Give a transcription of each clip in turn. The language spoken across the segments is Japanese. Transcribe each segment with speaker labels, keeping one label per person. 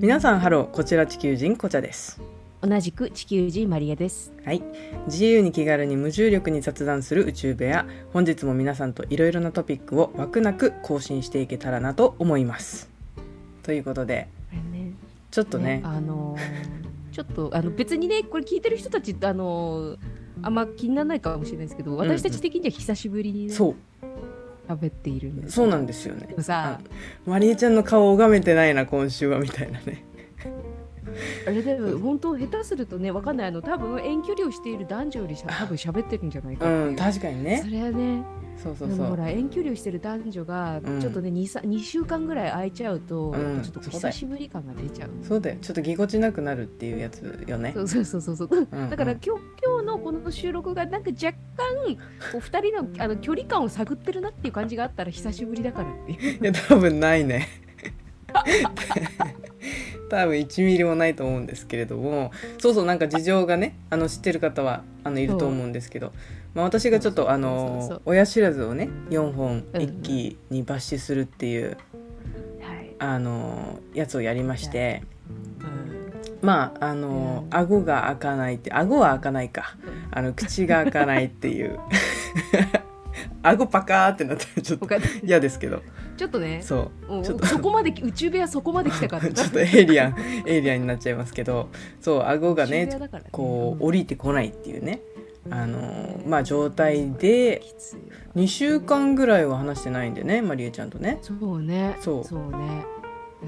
Speaker 1: 皆さんハローこちら地球人こちゃです
Speaker 2: 同じく地球人マリエです。
Speaker 1: はい自由に気軽に無重力に雑談する宇宙部屋本日も皆さんといろいろなトピックを枠なく更新していけたらなと思いますということで
Speaker 2: これね、
Speaker 1: ちょっとね
Speaker 2: あのーちょっとあの別にねこれ聞いてる人たちあのーあんま気にならないかもしれないですけど、
Speaker 1: ん
Speaker 2: 私たち的には久しぶりに、ね、
Speaker 1: そ
Speaker 2: 喋っているんで
Speaker 1: う
Speaker 2: す。
Speaker 1: そうなんですよね
Speaker 2: でもさ、
Speaker 1: マリエちゃんの顔を拝めてないな今週はみたいなね
Speaker 2: あれでも本当下手するとねわかんないあの多分遠距離をしている男女よりしゃ多分喋ってるんじゃないかっていう。
Speaker 1: うん確かに
Speaker 2: そ
Speaker 1: ね
Speaker 2: れはね
Speaker 1: そうそう
Speaker 2: で
Speaker 1: そ
Speaker 2: もほ
Speaker 1: う
Speaker 2: ら遠距離をしている男女が
Speaker 1: うん
Speaker 2: ちょっとね、2, さ2週間ぐらい空いちゃうと、
Speaker 1: うん
Speaker 2: やっぱちょっとこう
Speaker 1: そうだよ
Speaker 2: 久しぶり感が出ちゃう。
Speaker 1: そうだよちょっとぎこちなくなるっていうやつよね
Speaker 2: そうそうそうそうそう。
Speaker 1: うん
Speaker 2: だから今日今日のこの収録がなんか若干こう二人のあの距離感を探ってるなっていう感じがあったら久しぶりだからっ ていう。
Speaker 1: いや多分ないね多分1ミリもないと思うんですけれどもそうそうなんか事情がねあの知ってる方はあのいると思うんですけど、まあ、私がちょっ
Speaker 2: そ
Speaker 1: と
Speaker 2: うそう
Speaker 1: あ
Speaker 2: そうそう
Speaker 1: の親知らずをね4本
Speaker 2: うん
Speaker 1: 一気に抜歯するっていう、
Speaker 2: はい。
Speaker 1: あのやつをやりまして
Speaker 2: うん。
Speaker 1: まああの
Speaker 2: うん
Speaker 1: 顎が開かないって顎は開かないかあの口が開かないっていう 顎パカーってなったらちょっと
Speaker 2: 他
Speaker 1: 嫌ですけど
Speaker 2: ちょっとね、
Speaker 1: そう
Speaker 2: もう
Speaker 1: ちょっと
Speaker 2: そこまで宇宙部屋そこまで来たかっ
Speaker 1: ち
Speaker 2: た。
Speaker 1: ょっとエイリアンエイリアンになっちゃいますけどそう顎が
Speaker 2: 宇宙部屋
Speaker 1: ね
Speaker 2: だからね
Speaker 1: こう
Speaker 2: うん
Speaker 1: 降りてこないっていうねあのーまあ状態で
Speaker 2: きついわ
Speaker 1: 2週間ぐらいは話してないんでねまりえちゃんとね
Speaker 2: そうね。
Speaker 1: そう
Speaker 2: ね。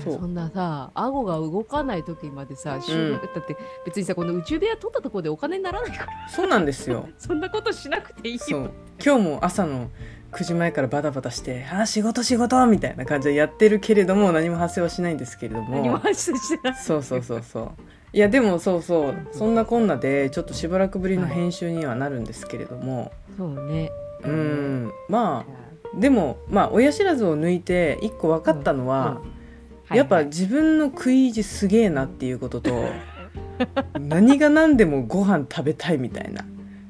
Speaker 1: そう
Speaker 2: そんなさ顎が動かない時までさ収録、だって別にさこの宇宙部屋取ったところでお金にならないから
Speaker 1: そうなんです よ
Speaker 2: そんなことしなくていい
Speaker 1: そ
Speaker 2: よ
Speaker 1: う今日も朝の9時前からバタバタして「あー仕事仕事!」みたいな感じでやってるけれども何も発生はしないんですけれど
Speaker 2: 何も
Speaker 1: も
Speaker 2: 発信してない
Speaker 1: そうそうそうそういやでもそうそうそんなこんなでちょっとしばらくぶりの編集にはなるんですけれども
Speaker 2: そうね
Speaker 1: うんまあでもまあ親知らずを抜いて一個分かったのは、
Speaker 2: うん
Speaker 1: やっ
Speaker 2: は
Speaker 1: ぱ
Speaker 2: いはい
Speaker 1: 自分の食い意地すげえなっていうことと 何が何でもご飯食べたいみたいな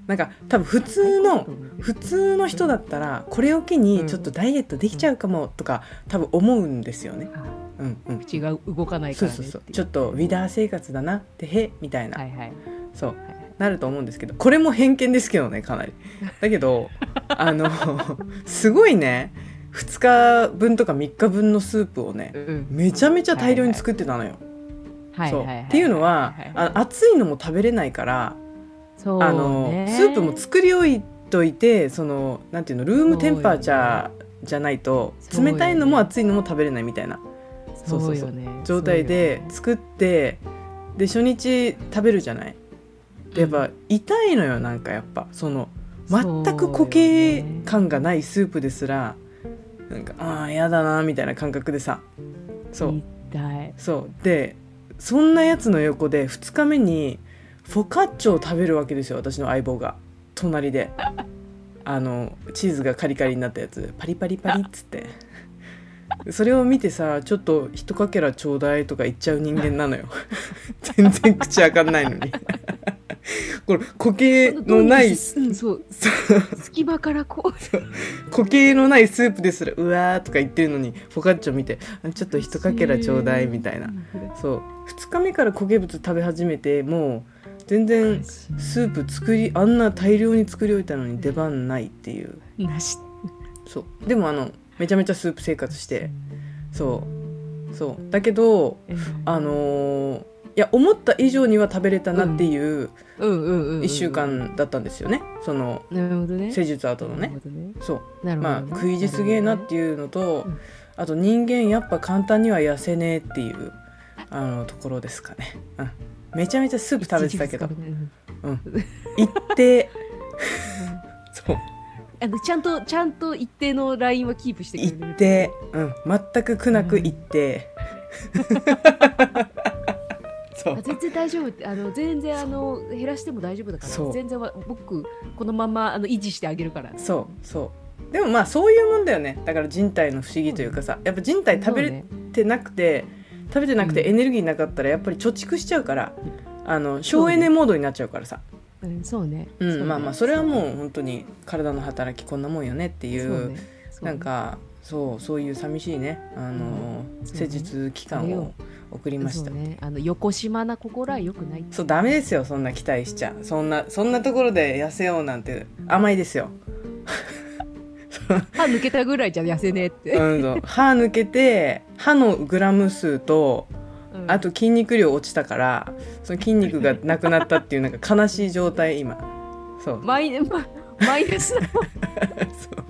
Speaker 1: なんか多分普通の普通の人だったらこれを機にちょっとダイエットできちゃうかもとか多分思うんですよね。
Speaker 2: あ
Speaker 1: うんうん、
Speaker 2: 口が動かないか
Speaker 1: そう
Speaker 2: らね
Speaker 1: そうそう
Speaker 2: ってい
Speaker 1: ちょっとウィダー生活だなってへみたいな、
Speaker 2: はいはい
Speaker 1: そう
Speaker 2: はいはい
Speaker 1: なると思うんですけどこれも偏見ですけどねかなりだけどあの すごいね2日分とか3日分のスープをね
Speaker 2: うん
Speaker 1: めちゃめちゃ大量に作ってたのよ。
Speaker 2: はい
Speaker 1: そ
Speaker 2: は
Speaker 1: う
Speaker 2: いはい
Speaker 1: っていうのは
Speaker 2: はいはい
Speaker 1: あ熱いのも食べれないから
Speaker 2: そうね
Speaker 1: あのスープも作り置いといてそのなんていうのルームテンパーチャーじゃないと
Speaker 2: そうよね
Speaker 1: 冷たいのも熱いのも食べれないみたいなそうそうそう
Speaker 2: よね
Speaker 1: 状態で
Speaker 2: そうよね
Speaker 1: 作ってで初日食べるじゃない。でやっぱ痛いのよなんかやっぱその全く固形感がないスープですらなんかああやだなみたいな感覚でさそう
Speaker 2: 痛い
Speaker 1: そうでそんなやつの横で2日目にフォカッチョを食べるわけですよ私の相棒が隣で あのチーズがカリカリになったやつパリパリパリっつってそれを見てさちょっと一かけらちょうだいとか言っちゃう人間なのよ 全然口開かんないのに これ固形のない
Speaker 2: うんそう隙間からこう
Speaker 1: 固形のないスープですら「うわ」とか言ってるのにフォカッチョ見て「ちょっと一かけらちょうだい」みたいなそう2日目から固形物食べ始めてもう全然スープ作りあんな大量に作り置いたのに出番ないっていう
Speaker 2: なし
Speaker 1: そうでもあのめちゃめちゃスープ生活してそうそうだけどあのーいや思った以上には食べれたなっていう
Speaker 2: うんうんうんうん
Speaker 1: 1週間だったんですよねその
Speaker 2: なるほどね
Speaker 1: 施術後の
Speaker 2: なる
Speaker 1: ね
Speaker 2: ほどね
Speaker 1: そう
Speaker 2: なるほど
Speaker 1: まあ
Speaker 2: ね
Speaker 1: 食い意地すげえなっていうのと、
Speaker 2: うん
Speaker 1: あと人間やっぱ簡単には痩せねえっていうあのところですかね、うん、めちゃめちゃスープ食べてたけど
Speaker 2: 一日二日目
Speaker 1: 一定そう
Speaker 2: あのちゃんとちゃんと一定のラインはキープしてくれ
Speaker 1: 一
Speaker 2: る。
Speaker 1: 定、うん、全く苦なく一 定、そ
Speaker 2: あ
Speaker 1: う
Speaker 2: 全然大丈夫ってあの全然あの減らしても大丈夫だか
Speaker 1: そ
Speaker 2: ら
Speaker 1: う
Speaker 2: 全然は僕このままあの維持してあげるから
Speaker 1: そうそうでもまあそういうもんだよねだから人体の不思議というかさやっぱ人体食べれ
Speaker 2: そうね
Speaker 1: ってなくて食べてなくて
Speaker 2: うん
Speaker 1: エネルギーなかったらやっぱり貯蓄しちゃうからあの省エネモードになっちゃうからさ
Speaker 2: うんそうね
Speaker 1: う
Speaker 2: そ
Speaker 1: ん
Speaker 2: ね
Speaker 1: まあまあそれはもう本当に体の働きこんなもんよねってい
Speaker 2: そうねそうね
Speaker 1: なんかそうそういう寂しいねあのー
Speaker 2: そうね
Speaker 1: 施術期間を送りました
Speaker 2: そうねあの横島な心はよくない
Speaker 1: そうダメですよそんな期待しちゃそんなそんなところで痩せようなんて甘いですよ
Speaker 2: 歯抜けたぐらいじゃ痩せねえって、
Speaker 1: うんそう歯抜けて歯のグラム数と
Speaker 2: うん
Speaker 1: あと筋肉量落ちたからその筋肉がなくなったっていうなんか悲しい状態今そう
Speaker 2: マイ,、ま、マイナスだ
Speaker 1: そう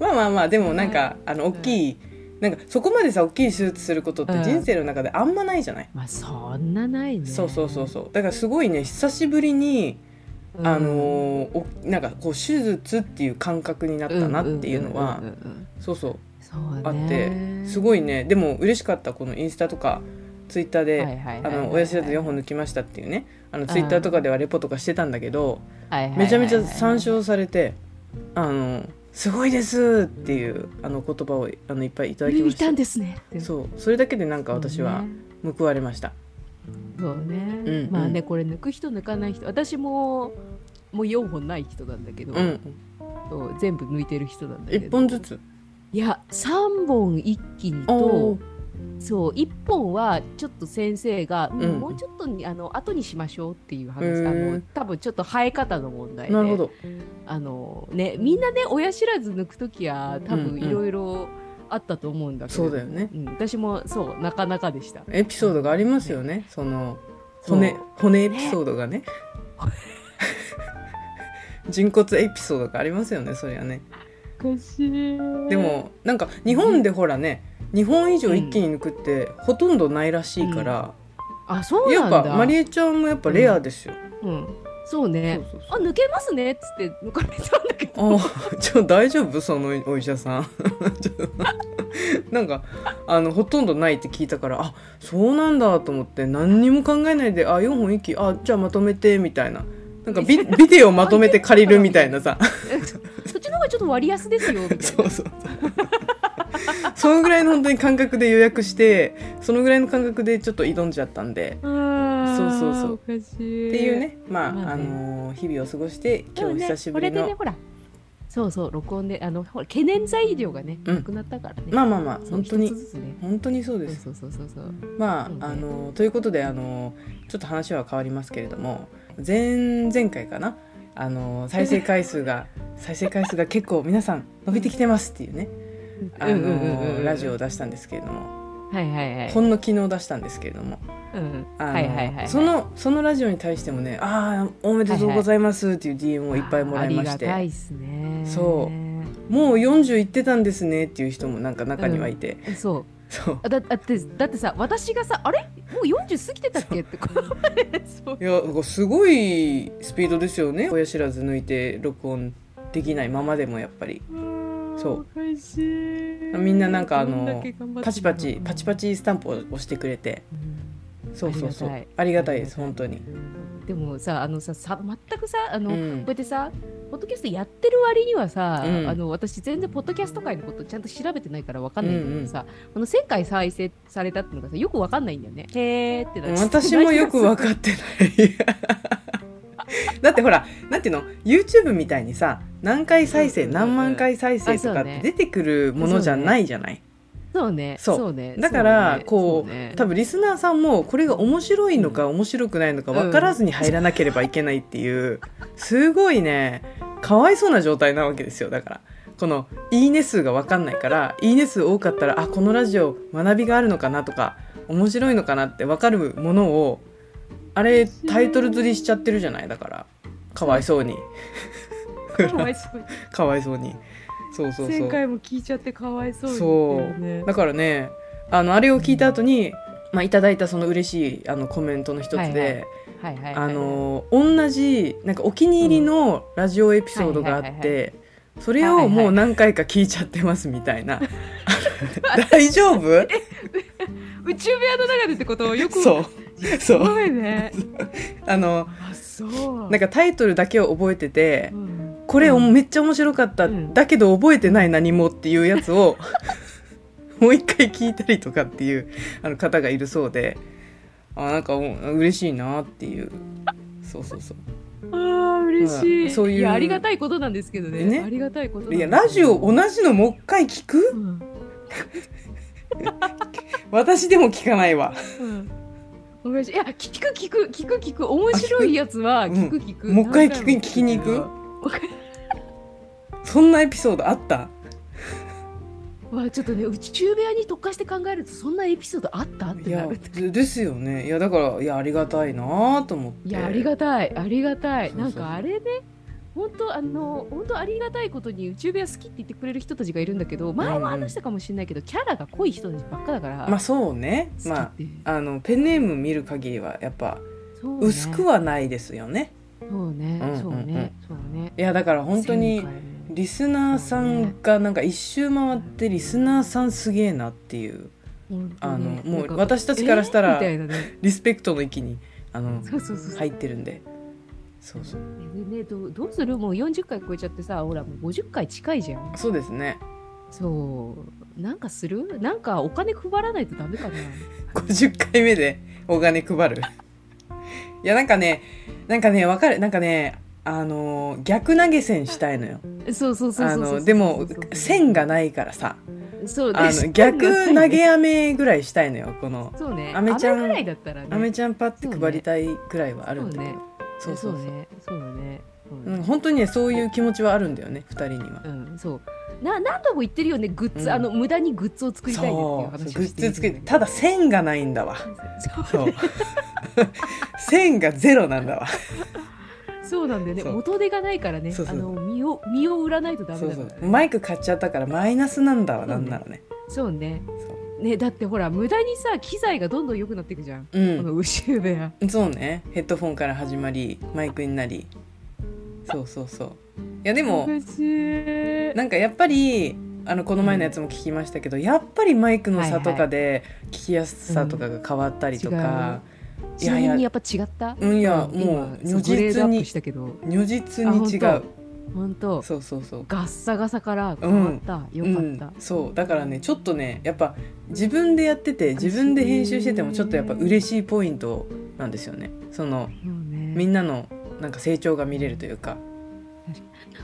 Speaker 1: まあまあまあでもなんか、あの大きい、なんかそこまでさ大きい手術することって
Speaker 2: うん
Speaker 1: 人生の中であんまないじゃない、
Speaker 2: まあそんなないね
Speaker 1: そうそうそうそうだからすごいね久しぶりに
Speaker 2: うん
Speaker 1: あのーおなんかこう手術っていう感覚になったなっていうのは
Speaker 2: んうんうんうんうん
Speaker 1: そうそう
Speaker 2: そう
Speaker 1: あ
Speaker 2: だ
Speaker 1: って
Speaker 2: ね
Speaker 1: す
Speaker 2: い
Speaker 1: ごいねでも嬉しかったこのインスタとかツイッターで「
Speaker 2: あ
Speaker 1: あのおやすだと4本抜きました」っていうねあのツイッターとかではレポとかしてたんだけどめちゃめちゃ参照されて「あのすごいです」っていうあの言葉をあのいっぱいいただきま
Speaker 2: 見
Speaker 1: した
Speaker 2: たんですねって
Speaker 1: そうそれだけでなんか私は報われました
Speaker 2: そうね
Speaker 1: うんうん
Speaker 2: まあねこれ抜く人抜かない人私ももう4本ない人なんだけど、
Speaker 1: うん
Speaker 2: そう全部抜いてる人なんだけど
Speaker 1: 1本ずつ
Speaker 2: いや3本一気に
Speaker 1: お
Speaker 2: とそう1本はちょっと先生が、うん
Speaker 1: うん
Speaker 2: もうちょっとにあの後にしましょうっていう
Speaker 1: へ
Speaker 2: 話
Speaker 1: ー
Speaker 2: あの多分ちょっと生え方の問題で
Speaker 1: なるほど
Speaker 2: あの、ね、みんなね親知らず抜く時は多
Speaker 1: うんう
Speaker 2: 分
Speaker 1: ん
Speaker 2: いろいろあったと思うんだけど、
Speaker 1: そうだよね
Speaker 2: うん、私もそうなかなかでした。
Speaker 1: エピソードがありますよねその
Speaker 2: そう
Speaker 1: 骨骨エピソードがね人骨エピソードがありますよねそりゃね
Speaker 2: おかしい
Speaker 1: でもなんか日本でほらね日本以上一気に抜くってほとんどないらしいから、
Speaker 2: あそう
Speaker 1: や
Speaker 2: な
Speaker 1: っ
Speaker 2: んだ
Speaker 1: ぱマリエちゃんもやっぱレアですよ、
Speaker 2: うん、そうね
Speaker 1: そう
Speaker 2: あ
Speaker 1: そう
Speaker 2: 抜けますねっつって抜かれたんだけ ど
Speaker 1: そうあちょ大丈夫そのお医者さん ちょっとなんかあのほとんどないって聞いたからあそうなんだと思って何にも考えないであ4本息あじゃあまとめてみたいななんかビビデオまとめて借りるみたいな さ
Speaker 2: そっちの方がちょっと割安ですよみたいな
Speaker 1: そうそうそうそのぐらいの本当に感覚で予約してそのぐらいの感覚でちょっと挑んじゃったんで
Speaker 2: あー
Speaker 1: そうそうそう
Speaker 2: おかしい
Speaker 1: っていうね、まあ、
Speaker 2: まあ
Speaker 1: あ
Speaker 2: ね
Speaker 1: のー日々を過ごして、
Speaker 2: で
Speaker 1: 今
Speaker 2: も
Speaker 1: 日
Speaker 2: ね
Speaker 1: 久しぶりの。
Speaker 2: これでねほらそうそう録音であのほら懸念材料がね
Speaker 1: うん
Speaker 2: なくなったからね、
Speaker 1: まあまあまあ、
Speaker 2: そう
Speaker 1: 本当に
Speaker 2: 一つ、ずつね
Speaker 1: 本当にそうです。
Speaker 2: そうそうそうそう
Speaker 1: まあ、
Speaker 2: うん
Speaker 1: あのーということで、あのーちょっと話は変わりますけれども。前、前回かな、あのー再生回数 が、再生回数が結構皆さん伸びてきてますっていうね。あのーラジオを出したんですけれども、
Speaker 2: はいはいはい
Speaker 1: ほんの昨日出したんですけれども。
Speaker 2: うん
Speaker 1: あのー
Speaker 2: はいはいはい
Speaker 1: その、そのラジオに対してもね、ああ、おめでとうございますっていう D. M. をいっぱいもらいまして。
Speaker 2: あありがたいっすね
Speaker 1: そもう40いってたんですねっていう人もなんか中にはいて、
Speaker 2: うそう
Speaker 1: そう
Speaker 2: あだだってだってさ私がさあれもう40過ぎてたっけってこうそう
Speaker 1: いやなんかすごいスピードですよね親知らず抜いて録音できないままでもやっぱりそう
Speaker 2: おかしい
Speaker 1: みんななんかあの
Speaker 2: どだけ頑張って
Speaker 1: パチパチパチパ
Speaker 2: チ、
Speaker 1: チスタンプを押してくれて
Speaker 2: うん
Speaker 1: そうそうそうあり
Speaker 2: あり
Speaker 1: が
Speaker 2: が
Speaker 1: た
Speaker 2: たい
Speaker 1: いです本当に
Speaker 2: でもさあのささ全くさあの、
Speaker 1: う
Speaker 2: こ
Speaker 1: ん
Speaker 2: うやってさポッドキャストやってる割にはさ、
Speaker 1: うん
Speaker 2: あの私全然ポッドキャスト界のことちゃんと調べてないからわかんないんだけどさ、あの1000回再生されたっていうのがさよくわかんないんだよね。へーってなっちゃって
Speaker 1: 私もよく分かってないだってほらなんていうの YouTube みたいにさ何回再生
Speaker 2: うんうん
Speaker 1: 何万回再生とかっ
Speaker 2: あそ
Speaker 1: て
Speaker 2: うね
Speaker 1: 出てくるものじゃないじゃない
Speaker 2: そうね
Speaker 1: そう
Speaker 2: ね
Speaker 1: だから、
Speaker 2: そね
Speaker 1: こう
Speaker 2: そね
Speaker 1: 多分リスナーさんもこれが面白いのか面白くないのか分からずに入らなければいけないっていう、すごいねかわいそうな状態なわけですよだからこの「いいね」数が分かんないから「いいね」数多かったらあこのラジオ学びがあるのかなとか面白いのかなって分かるものをあれタイトル釣りしちゃってるじゃないだからかわいそうに
Speaker 2: かわいそう
Speaker 1: かわいそうにそうそうそう
Speaker 2: 1000回も聞いちゃってかわいそうに
Speaker 1: そう、
Speaker 2: ね
Speaker 1: だからねあのあれを聞いた後にまあいただいたその嬉しいあのコメントの一つで、
Speaker 2: はいはいはいはいはい
Speaker 1: あの同じなんかお気に入りのラジオエピソードがあ
Speaker 2: はい
Speaker 1: っ
Speaker 2: はいはい
Speaker 1: てそれをもう何回か聞いちゃってますみたい な大丈夫
Speaker 2: 宇宙部屋の中でってことをよく
Speaker 1: そう
Speaker 2: す
Speaker 1: そう
Speaker 2: ごいね
Speaker 1: あの
Speaker 2: あそう
Speaker 1: なん
Speaker 2: か、
Speaker 1: かタイトルだけを覚えてて
Speaker 2: うん
Speaker 1: これ
Speaker 2: うん
Speaker 1: めっちゃ面白かった、
Speaker 2: うん
Speaker 1: だけど覚えてない何もっていうやつを もう一回聞いたりとかっていうあの方がいるそうであなんかうん嬉しいなっていうそうそうそ
Speaker 2: ああ嬉しい、
Speaker 1: うんそういう
Speaker 2: やありがたいことなんですけどね
Speaker 1: ね
Speaker 2: ありがたいこと
Speaker 1: う
Speaker 2: なん
Speaker 1: い
Speaker 2: で
Speaker 1: やラ
Speaker 2: す
Speaker 1: ジオ同じのもう一回聞く
Speaker 2: うん
Speaker 1: 私でも聞かないわ
Speaker 2: うんお願いしいや聞く聞く聞く聞く面白いやつは
Speaker 1: あ
Speaker 2: 聞
Speaker 1: 聞
Speaker 2: く
Speaker 1: く
Speaker 2: 聞く、
Speaker 1: うんもう一回聞く
Speaker 2: 何回
Speaker 1: 聞
Speaker 2: も
Speaker 1: きに行く
Speaker 2: よ わか
Speaker 1: そんなエピソードあった
Speaker 2: まあちょっとね宇宙部屋に特化して考えるとそんなエピソードあったって
Speaker 1: い
Speaker 2: な
Speaker 1: や
Speaker 2: る
Speaker 1: でですよねいやだからいやありがたいなと思って
Speaker 2: いやありがたいありがたい
Speaker 1: そうそうそう
Speaker 2: なんかあれね本当あの本当ありがたいことに宇宙部屋好きって言ってくれる人たちがいるんだけど前も話したかもしれないけど、キャラが濃い人たちばっかだから、
Speaker 1: まあそうねま
Speaker 2: 好きって
Speaker 1: ああのペンネーム見る限りはやっぱ
Speaker 2: そうね
Speaker 1: 薄くはないですよね
Speaker 2: そうね
Speaker 1: うんうんうん
Speaker 2: そうねそうね
Speaker 1: いやだから本当に
Speaker 2: 前回ね
Speaker 1: リスナーさんがなんか一周回ってリスナーさんすげえなっていう
Speaker 2: 本当
Speaker 1: あの
Speaker 2: ね
Speaker 1: も
Speaker 2: なん
Speaker 1: う私たちからしたら
Speaker 2: えーみたいなね
Speaker 1: リスペクトの域にあの
Speaker 2: そうそうそうそう
Speaker 1: 入ってるんでそうそう
Speaker 2: でねどうどうするもう40回超えちゃってさほらもう50回近いじゃん
Speaker 1: そうですね
Speaker 2: そうなんかするなんかお金配らないとダメかな
Speaker 1: 50回目でお金配るいやなんかねなんかねわかるなんかねあの逆投げ銭したいのよ
Speaker 2: そうそうそう
Speaker 1: あ
Speaker 2: そうそう
Speaker 1: のでも線が
Speaker 2: な
Speaker 1: ないからさ
Speaker 2: そうね
Speaker 1: あ
Speaker 2: 線
Speaker 1: の
Speaker 2: がない
Speaker 1: 逆投げ飴ぐらいしたいのよこの
Speaker 2: そうね
Speaker 1: アメちゃん
Speaker 2: 飴ぐらいだったらね
Speaker 1: 飴ちゃんパって配りたいぐらいはあるんだけど
Speaker 2: そ
Speaker 1: そううそうそう
Speaker 2: ねそうねそう
Speaker 1: うん、
Speaker 2: ね
Speaker 1: 本当にねそういう気持ちはあるんだよね2人には
Speaker 2: う。ん、そうな何度も言ってるよねグッズ、
Speaker 1: うん
Speaker 2: あの無駄にグッズを作りたいねっていう
Speaker 1: そう
Speaker 2: 話
Speaker 1: グ
Speaker 2: をし
Speaker 1: ッ
Speaker 2: て
Speaker 1: ズ
Speaker 2: るんだ
Speaker 1: 作
Speaker 2: け
Speaker 1: り
Speaker 2: ど
Speaker 1: ただ線がないんだわ
Speaker 2: そ
Speaker 1: そ
Speaker 2: う
Speaker 1: う線がゼロなんだわ
Speaker 2: そうなんだよね
Speaker 1: そう
Speaker 2: 元手がないからね
Speaker 1: そうそう
Speaker 2: あの身を身を売らないとダメだか
Speaker 1: そ
Speaker 2: ら
Speaker 1: う
Speaker 2: ね、
Speaker 1: そうマイク買っちゃったからマイナスなんだわ
Speaker 2: そうね
Speaker 1: なんならね
Speaker 2: そうね
Speaker 1: そ
Speaker 2: ねだってほら無駄にさ機材がどんどん良くなっていくじゃん、
Speaker 1: う
Speaker 2: こ
Speaker 1: う
Speaker 2: の牛部屋
Speaker 1: んそうねヘッドフォンから始まりマイクになりそうそうそういやでも
Speaker 2: 美しい
Speaker 1: なんかやっぱりあのこの前のやつも聞きましたけど、やっぱりマイクの差とかで聞きやすさとかが変わったりとか、い
Speaker 2: ち
Speaker 1: や
Speaker 2: ないみ
Speaker 1: や
Speaker 2: にやっぱ違った
Speaker 1: うんいや
Speaker 2: ん
Speaker 1: もう
Speaker 2: 今そうグレードア
Speaker 1: 如実
Speaker 2: ップ
Speaker 1: に
Speaker 2: したけど
Speaker 1: 如実に違
Speaker 2: あ本
Speaker 1: う
Speaker 2: 本当
Speaker 1: そうそうそう
Speaker 2: ガッサガサから変わった、よかった、
Speaker 1: うん、そうだからねちょっとねやっぱ自分でやってて自分で編集しててもちょっとやっぱ嬉しいポイントなんですよねその
Speaker 2: そうね
Speaker 1: みんなのなんか成長が見れるというか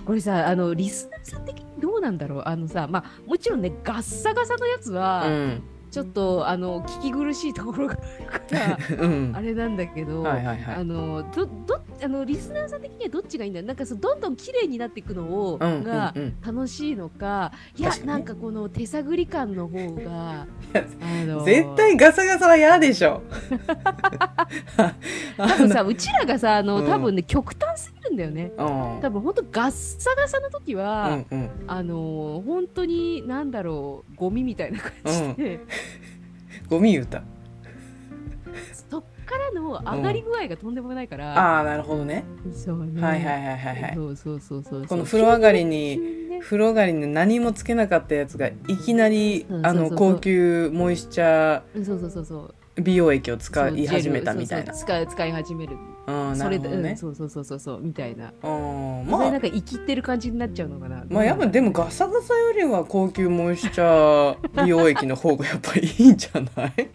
Speaker 2: これさあのリスナーさん的にどうなんだろうあのさまあもちろんねガッサガサのやつ
Speaker 1: う
Speaker 2: は、
Speaker 1: ん
Speaker 2: ちょっとあの聞き苦しいところがある から
Speaker 1: うん
Speaker 2: あれなんだけど、
Speaker 1: はいはいは
Speaker 2: あ
Speaker 1: い
Speaker 2: のどどあのリスナーさん的にはどっちがいいんだろうなんかそうどんどん綺麗になっていくのを、
Speaker 1: うんうんうん
Speaker 2: が楽しいのかいや
Speaker 1: 確かに
Speaker 2: なんかこの手探り感の方が
Speaker 1: いや
Speaker 2: あの
Speaker 1: 絶対ガサガサは嫌でしょあ
Speaker 2: 多分さうちらがさあの、
Speaker 1: うん
Speaker 2: 多分ね極端すぎるんだよね
Speaker 1: の
Speaker 2: 多分本当ガッサガサの時
Speaker 1: う
Speaker 2: は、
Speaker 1: んうんうん
Speaker 2: あの本当になんだろうゴミみたいな感じで、
Speaker 1: ゴミ歌
Speaker 2: そっからの上がり具合がとんでもないから、
Speaker 1: ああなるほどね
Speaker 2: そうね
Speaker 1: はいはいはいはいはい
Speaker 2: そうそうそうそう
Speaker 1: この風呂上がり
Speaker 2: 急
Speaker 1: に
Speaker 2: にね
Speaker 1: 風呂上がりに何もつけなかったやつがいきなり
Speaker 2: うん
Speaker 1: あ
Speaker 2: そう
Speaker 1: の
Speaker 2: そうそう
Speaker 1: 高級モイスチャー
Speaker 2: そうそうそうそう
Speaker 1: 美容液を使い始めたみたいな
Speaker 2: そうそう使い使い始める
Speaker 1: うん
Speaker 2: そ
Speaker 1: な
Speaker 2: れ
Speaker 1: る
Speaker 2: で、
Speaker 1: ほど
Speaker 2: うん
Speaker 1: ね
Speaker 2: そうそうそうそうそうみたいな、
Speaker 1: うん
Speaker 2: それな
Speaker 1: ま
Speaker 2: ん
Speaker 1: あ
Speaker 2: か生きてる感じになっちゃうのかな
Speaker 1: まあやっぱでもガサガサよりは高級モイスチャー美容液の方がやっぱりいいんじゃない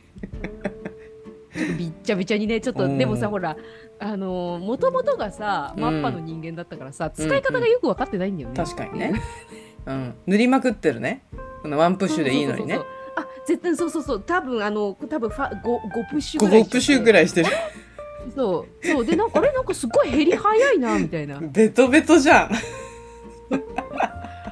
Speaker 2: ちょっとびっちゃびちゃにねちょっと、
Speaker 1: うん
Speaker 2: でもさほらあのもともとがさ
Speaker 1: うん
Speaker 2: マッパの人間だったからさ、
Speaker 1: うん
Speaker 2: 使い方がよく分かってないんだよね、
Speaker 1: 確かにね、うん、塗りまくってるねこのワンプッシュでいいのにね
Speaker 2: そうそうそうそうあ絶対そうそうそう多分あの多分ファ 5, プッシュ
Speaker 1: 5
Speaker 2: ぐらい
Speaker 1: プッシュぐ
Speaker 2: い
Speaker 1: らいしてる
Speaker 2: そうそうでなんかあれなんかすごい減り早いなみた いな
Speaker 1: ベトベトじゃん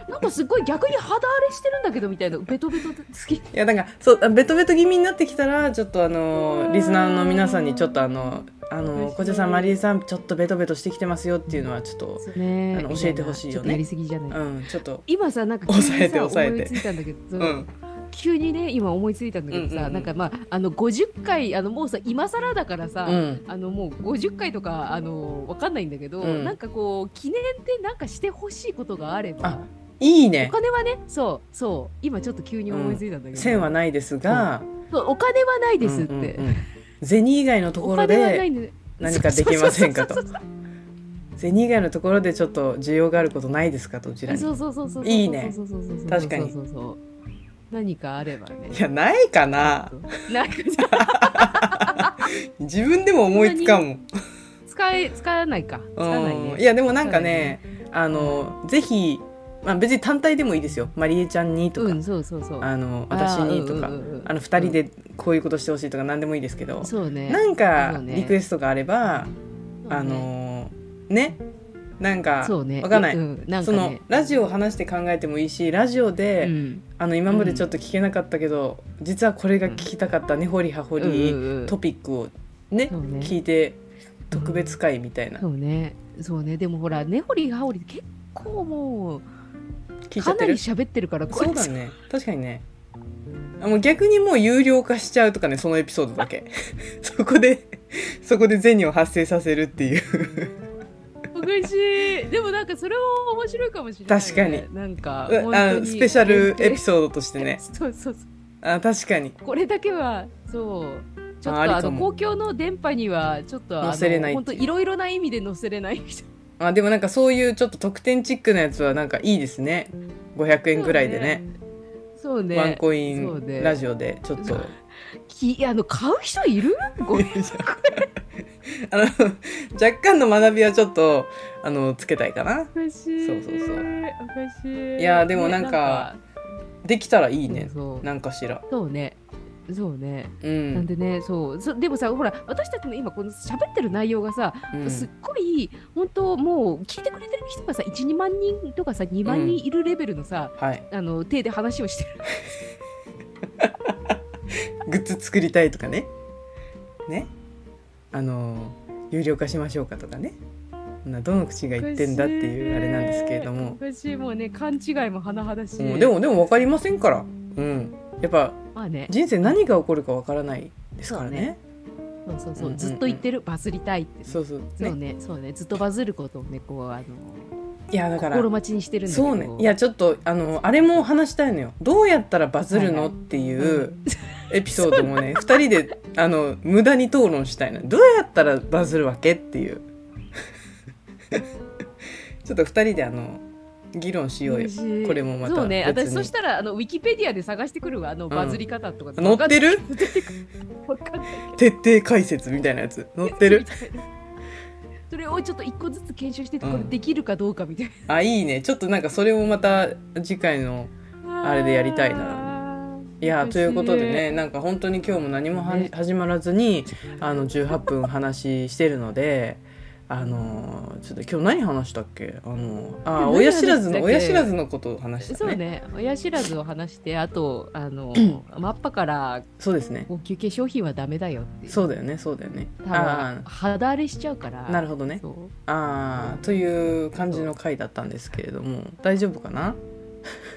Speaker 2: なんかすごい逆に肌荒れしてるんだけどみたいなベトベト好き
Speaker 1: いやなんかそうあベトベト気味になってきたらちょっとあの
Speaker 2: う
Speaker 1: ー
Speaker 2: ん
Speaker 1: リスナーの皆さんにちょっとあのあの
Speaker 2: うん
Speaker 1: ーこちらさんマリーさんちょっとベトベトしてきてますよっていうのはちょっと
Speaker 2: ね
Speaker 1: あの教えてほしいよね
Speaker 2: ちょっとやりすぎじゃない、
Speaker 1: うんちょっと
Speaker 2: 今さなんか急にさ
Speaker 1: 抑えて抑えて
Speaker 2: 思いついたんだけど、
Speaker 1: うん
Speaker 2: 急にね今思いついたんだけどさ、
Speaker 1: うんうんうん
Speaker 2: なんかまああの50回あのもうさ今更だからさ、
Speaker 1: うん
Speaker 2: あのもう50回とかあのわかんないんだけど、
Speaker 1: うん
Speaker 2: なんかこう記念でなんかしてほしいことがあれば
Speaker 1: あいい
Speaker 2: お
Speaker 1: ね
Speaker 2: 金はねそうそう今ちょっと急に思いついたんだけど、
Speaker 1: 線はないですが、
Speaker 2: そうお金はないですって、
Speaker 1: うんうんうん銭以外のとこ
Speaker 2: お
Speaker 1: ろ
Speaker 2: 金はな
Speaker 1: で
Speaker 2: いんで
Speaker 1: 何かできませんかと
Speaker 2: そうそう
Speaker 1: 銭以外のところでちょっと需要があることないですかどちらに
Speaker 2: そうそうそうそうそうそうそうそう
Speaker 1: いいね
Speaker 2: そうそうそうそう
Speaker 1: 確かに
Speaker 2: そうそうそう何かあればね
Speaker 1: いやないかな
Speaker 2: なんか
Speaker 1: 自分でも思いつかんもん
Speaker 2: 使え使わないか使わない
Speaker 1: うん
Speaker 2: ね
Speaker 1: いやでもなんかねあのぜひまあ、別に単体でもいいですよまりえちゃんにとか、
Speaker 2: うんそうそうそう
Speaker 1: あの私にとか
Speaker 2: あ
Speaker 1: あ,、
Speaker 2: ーうんうんうん
Speaker 1: の2人でこういうことしてほしいとか何でもいいですけど、
Speaker 2: そうね
Speaker 1: なん
Speaker 2: そ
Speaker 1: か
Speaker 2: うね
Speaker 1: リクエストがあれば、あのーねなんか
Speaker 2: そうね
Speaker 1: わかんない、
Speaker 2: うん、なん
Speaker 1: そ
Speaker 2: か
Speaker 1: の
Speaker 2: ね
Speaker 1: ラジオを話して考えてもいいしラジオで、
Speaker 2: うん
Speaker 1: あの今までちょっと聞けなかったけど、実はこれが聞きたかったね掘り葉掘り
Speaker 2: うんうんうん
Speaker 1: トピックをね
Speaker 2: そうね
Speaker 1: 聞いて特別会みたいな、
Speaker 2: そうねそうねでもほら根掘り葉掘り結構も
Speaker 1: 聞いち
Speaker 2: う
Speaker 1: ゃ
Speaker 2: か
Speaker 1: って
Speaker 2: なり
Speaker 1: る
Speaker 2: 喋ってるからこ
Speaker 1: そう
Speaker 2: れ
Speaker 1: だね確かにねあもう逆にもう有料化しちゃうとかねそのエピソードだ けそこでそこで銭を発生させるっていう
Speaker 2: おかしいでもなんかそれも面白いかもしれない、ね、
Speaker 1: 確かに
Speaker 2: なんか本
Speaker 1: あ
Speaker 2: 当
Speaker 1: の
Speaker 2: に
Speaker 1: スペシャルエピ
Speaker 2: ソ
Speaker 1: ソードとしてね
Speaker 2: そうそうそう
Speaker 1: あ確かに
Speaker 2: これだけはそうちょっと
Speaker 1: ああり
Speaker 2: あ
Speaker 1: か
Speaker 2: の
Speaker 1: も
Speaker 2: 公共の電波にはちょっとあの
Speaker 1: 載せれない
Speaker 2: 本当いろいろな意味で載せれない
Speaker 1: あでもなんかそういうちょっと特典チックなやつはなんかいいですね500円ぐらいでね
Speaker 2: そうね
Speaker 1: ワンコイ
Speaker 2: そう
Speaker 1: ン
Speaker 2: ね
Speaker 1: ラジオでちょっと、
Speaker 2: きあの買う人いるごめん
Speaker 1: あの若干の学びはちょっとあのつけたいかな
Speaker 2: おかしい
Speaker 1: そうそうそう
Speaker 2: おかしい
Speaker 1: いやでもなんかできたらいい
Speaker 2: ね
Speaker 1: ね
Speaker 2: そう
Speaker 1: なんかしら
Speaker 2: そうねそうね
Speaker 1: う
Speaker 2: なん
Speaker 1: ん、
Speaker 2: でねそうそでもさほら私たちの今この喋ってる内容がさ、
Speaker 1: うん
Speaker 2: すっごい本当もう聞いてくれてる人がさ12万人とかさ2万人いるレベルのさ、
Speaker 1: はい
Speaker 2: あの手で話をしてる
Speaker 1: グッズ作りたいとかねねあの有料化しましょうかとかねそんなどの口が言ってんだっていうあれなんですけれども、
Speaker 2: 私もうね勘違いも甚だしい、
Speaker 1: うんでもでも分かりませんからうんやっぱ
Speaker 2: まあね
Speaker 1: 人生何が起こるか分からないですから
Speaker 2: そう
Speaker 1: ね
Speaker 2: そうそうそう、
Speaker 1: うんうんうん
Speaker 2: ずっと言ってるバズりたいってね、
Speaker 1: そうそう
Speaker 2: そう
Speaker 1: ね
Speaker 2: ねそうねずっとバズることをねこうあの
Speaker 1: いやだから
Speaker 2: 心待ちにしてるんだけど
Speaker 1: そうねいやちょっとあのあれも話したいのよどうやったらバズる
Speaker 2: は
Speaker 1: の
Speaker 2: いは
Speaker 1: っ
Speaker 2: い
Speaker 1: ていううんエピソードもね2人であの無駄に討論したいのどうやったらバズるわけって いうちょっと2人であの議論しようよ
Speaker 2: 嬉しい
Speaker 1: これもまた
Speaker 2: そうね
Speaker 1: 別
Speaker 2: 私
Speaker 1: に
Speaker 2: そしたらあのウィキペディアで探してくるわあのバズり方とか、
Speaker 1: 載ってる
Speaker 2: わかんない
Speaker 1: 徹底解説みたいなやつ載って る
Speaker 2: それをちょっと一個ずつ検証してて
Speaker 1: うん
Speaker 2: これできるかどうかみたい
Speaker 1: あいいねちょっとなんかそれもまた次回の
Speaker 2: な、
Speaker 1: あれでやりたいないや
Speaker 2: 嬉しい
Speaker 1: ということでねなんか本当に今日も何もは
Speaker 2: ね
Speaker 1: 始まらずにあの18分話してるので。あのーちょっと今日何話したっけあのーあー
Speaker 2: 何
Speaker 1: 親知らず
Speaker 2: 話したっ
Speaker 1: の
Speaker 2: け
Speaker 1: 親知らずのことを話した
Speaker 2: そう
Speaker 1: ね
Speaker 2: ね親知らずを話してあとあのマッパから
Speaker 1: そうですね
Speaker 2: 高級化粧品はダメだよって
Speaker 1: そうだよねそうだよね
Speaker 2: 多
Speaker 1: あ
Speaker 2: 分肌荒れしちゃうから
Speaker 1: あなるほどね
Speaker 2: そう
Speaker 1: ああという感じの回だったんですけれども大丈夫かな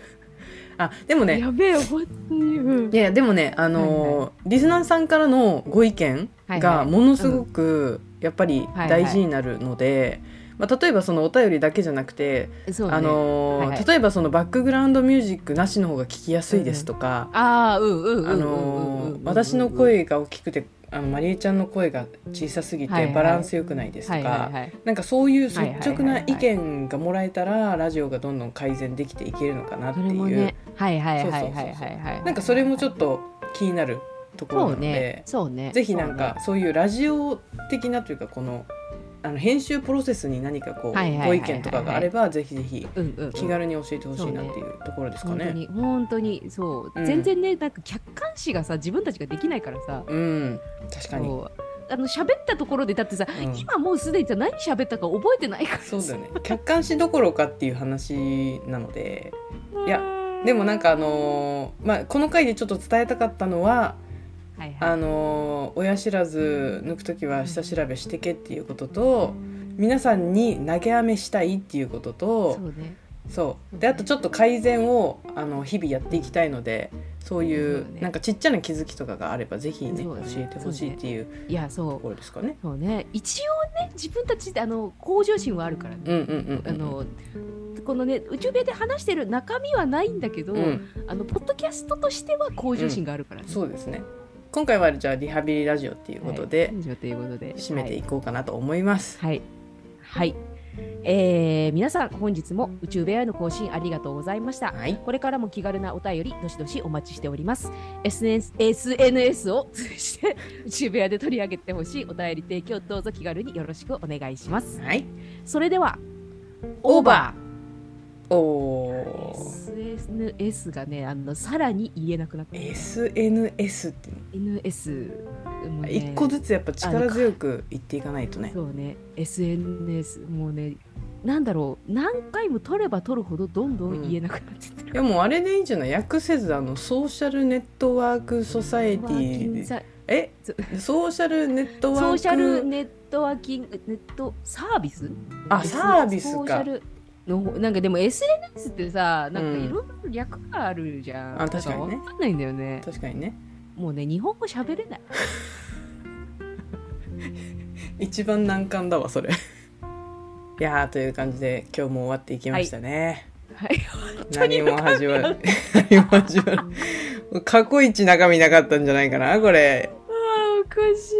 Speaker 1: あでもね
Speaker 2: やべえ本当に、うん
Speaker 1: いやいやでもねあのーリスナーさんからのご意見
Speaker 2: はいは
Speaker 1: が
Speaker 2: い
Speaker 1: ものすごくやっぱり大事になるので、まあ、例えばそのお便りだけじゃなくて、
Speaker 2: そうね
Speaker 1: あのー
Speaker 2: はいはい
Speaker 1: 例えばそのバックグラウンドミュージックなしの方が聞きやすいですとか、
Speaker 2: あーうんうんうんうん
Speaker 1: あ
Speaker 2: うんうん
Speaker 1: の
Speaker 2: う
Speaker 1: ー
Speaker 2: ん
Speaker 1: 私の声が大きくてあのマリエちゃんの声が小さすぎ
Speaker 2: はい
Speaker 1: て
Speaker 2: はい
Speaker 1: バランス良くないですと
Speaker 2: はいはい
Speaker 1: か
Speaker 2: はい
Speaker 1: なんかそういう率直な
Speaker 2: はいはいはいはい
Speaker 1: 意見がもらえたらラジオがどんどん改善できていけるのかなっ
Speaker 2: そ
Speaker 1: て
Speaker 2: れも
Speaker 1: いう
Speaker 2: ねはいはいはいは
Speaker 1: そう
Speaker 2: いは
Speaker 1: そう
Speaker 2: いはい
Speaker 1: なんかそれもちょっと気になるところな
Speaker 2: そう
Speaker 1: ので
Speaker 2: ね。そうね
Speaker 1: ぜひなんかそういうラジオ的なというかこのあの編集プロセスに何かこう
Speaker 2: はいはいはいはい
Speaker 1: ご意見とかがあればぜひぜひ
Speaker 2: そうねうんうんうん
Speaker 1: 気軽に教えてほしいなっていうところですか
Speaker 2: 本当
Speaker 1: ね。
Speaker 2: に本当にそう、
Speaker 1: うん
Speaker 2: 全然ねなんか客観視がさ自分たちができないからさ
Speaker 1: うん確かに。
Speaker 2: そうあの喋ったところでだってさ、
Speaker 1: うん
Speaker 2: 今もうすでにさ何喋ったか覚えてないから
Speaker 1: そうだよ
Speaker 2: ね
Speaker 1: ね客観視どころかっていう話なのでいやでもなんかあのーまあこの回でちょっと伝えたかったのは
Speaker 2: はいはい
Speaker 1: あのー親知らず抜く時は下調べしてけっていうことと皆さんに投げ飴したいっていうことと
Speaker 2: そうね
Speaker 1: そうであとちょっと改善をあの日々やっていきたいのでそういう
Speaker 2: そうね
Speaker 1: なんかちっちゃな気づきとかがあればぜひね
Speaker 2: そ
Speaker 1: 教
Speaker 2: うね
Speaker 1: えてほしいっていう
Speaker 2: いやそ
Speaker 1: と
Speaker 2: う
Speaker 1: ころですかね。
Speaker 2: そうね一応ね自分たちであの向上心はあるからね、
Speaker 1: うんうんうん
Speaker 2: あのこのね宇宙部屋で話してる中身はないんだけど、
Speaker 1: うん
Speaker 2: あのポッドキャストとしては向上心があるからね、
Speaker 1: そうですね今回はじゃあリハビリラジオっていうことで
Speaker 2: はい、ということで
Speaker 1: 締めていこうかなと思います。
Speaker 2: はい。はい。えー皆さん、本日も宇宙部屋への更新ありがとうございました。
Speaker 1: はい
Speaker 2: これからも気軽なお便り、どしどしお待ちしております。SNS, SNS を通じて、 宇宙部屋で取り上げてほしいお便り提供、どうぞ気軽によろしくお願いします。
Speaker 1: はい
Speaker 2: それでは、
Speaker 1: オーバ
Speaker 2: ー
Speaker 1: おお
Speaker 2: SNS がねあのさらに言えなくなった
Speaker 1: SNS っていう
Speaker 2: NS も
Speaker 1: の
Speaker 2: ね
Speaker 1: 一個ずつやっぱ力強く言っていかないとね
Speaker 2: そうね SNS もうねなんだろう何回も取れば取るほどどんどん言えなくなってってる、
Speaker 1: でもあれでいいんじゃない訳せずあのソーシャルネットワークソサエテ
Speaker 2: ワーキング
Speaker 1: ィ
Speaker 2: サ
Speaker 1: え
Speaker 2: そ
Speaker 1: ソーシャルネットワーク
Speaker 2: ソーシャルネットワーキングネットサービス
Speaker 1: あサービス
Speaker 2: ソーシャ
Speaker 1: か
Speaker 2: ルのなんかでも SNS ってさなんか
Speaker 1: うん
Speaker 2: いろいろ略があるじゃん、
Speaker 1: あ確かにね
Speaker 2: なんわかんないんだよね
Speaker 1: 確かにね
Speaker 2: もうね日本語喋れない
Speaker 1: 一番難関だわそれ いやーという感じで今日も終わっていきましたね、
Speaker 2: はい
Speaker 1: 何も始まる 何も始まる過去一中身なかったんじゃないかなこれ
Speaker 2: あーおかしい